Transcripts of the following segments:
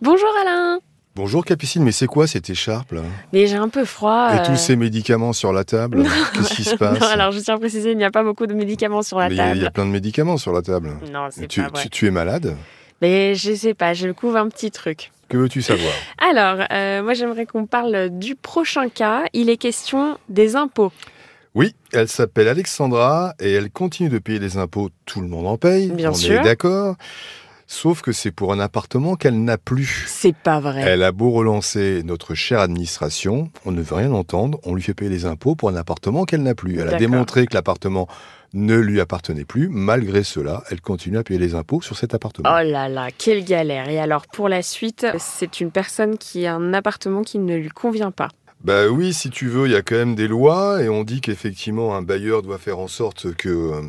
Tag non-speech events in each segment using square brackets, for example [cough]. Bonjour Alain Bonjour Capucine, mais c'est quoi cette écharpe là Mais j'ai un peu froid. Et euh, tous ces médicaments sur la table Qu'est-ce qui se [laughs] passe Non, alors je tiens à préciser, il n'y a pas beaucoup de médicaments sur la Mais il y a- il y, a table. plein de médicaments sur la table. Non, c'est Tu, pas vrai. tu- tu es malade Mais je sais pas, je couvre un petit truc. Que veux-tu savoir Alors, euh, moi j'aimerais qu'on parle du prochain cas. Il est question des impôts. Oui, elle s'appelle Alexandra et elle continue de payer les impôts. Tout le monde en paye. Bien on sûr. est d'accord. Sauf que c'est pour un appartement qu'elle n'a plus. C'est pas vrai. Elle a beau relancer notre chère administration, on ne veut rien entendre, on lui fait payer les impôts pour un appartement qu'elle n'a plus. Elle a D'accord. démontré que l'appartement ne lui appartenait plus, malgré cela, elle continue à payer les impôts sur cet appartement. Oh là là, quelle galère. Et alors pour la suite, c'est une personne qui a un appartement qui ne lui convient pas. Bah oui, si tu veux, il y a quand même des lois et on dit qu'effectivement un bailleur doit faire en sorte que euh,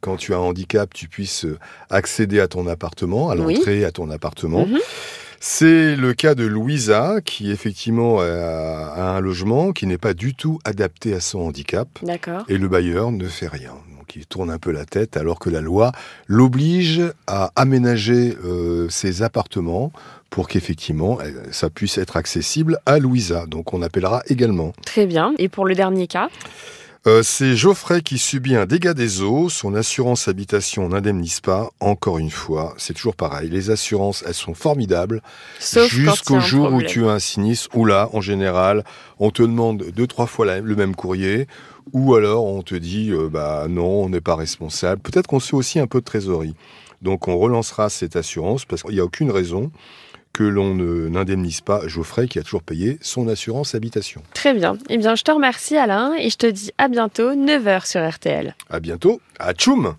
quand tu as un handicap, tu puisses euh, accéder à ton appartement, à Oui. l'entrée à ton appartement. Mhm. C'est le cas de Louisa qui effectivement a- a un logement qui n'est pas du tout adapté à son handicap D'accord. et le bailleur ne fait rien. Donc il tourne un peu la tête alors que la loi l'oblige à aménager euh, ses appartements pour qu'effectivement euh, ça puisse être accessible à Louisa. Donc on appellera également. Très bien. Et pour le dernier cas Euh, C'est Geoffrey qui subit un dégât des eaux. Son assurance habitation n'indemnise pas. Encore une fois, c'est toujours pareil. Les assurances, elles sont formidables Sauf quand il y a jusqu'au un jour où problème. tu as un sinistre, où là, en général, on te demande deux, trois fois la- le même courrier, ou alors on te dit, euh, bah non, on n'est pas responsable. Peut-être qu'on se fait aussi un peu de trésorerie. Donc on relancera cette assurance parce qu'il n'y a aucune raison que l'on ne- n'indemnise pas Geoffrey qui a toujours payé son assurance habitation. Très bien. Eh bien, je te remercie Alain et je te dis à bientôt, 9h sur RTL. À bientôt, à Tchoum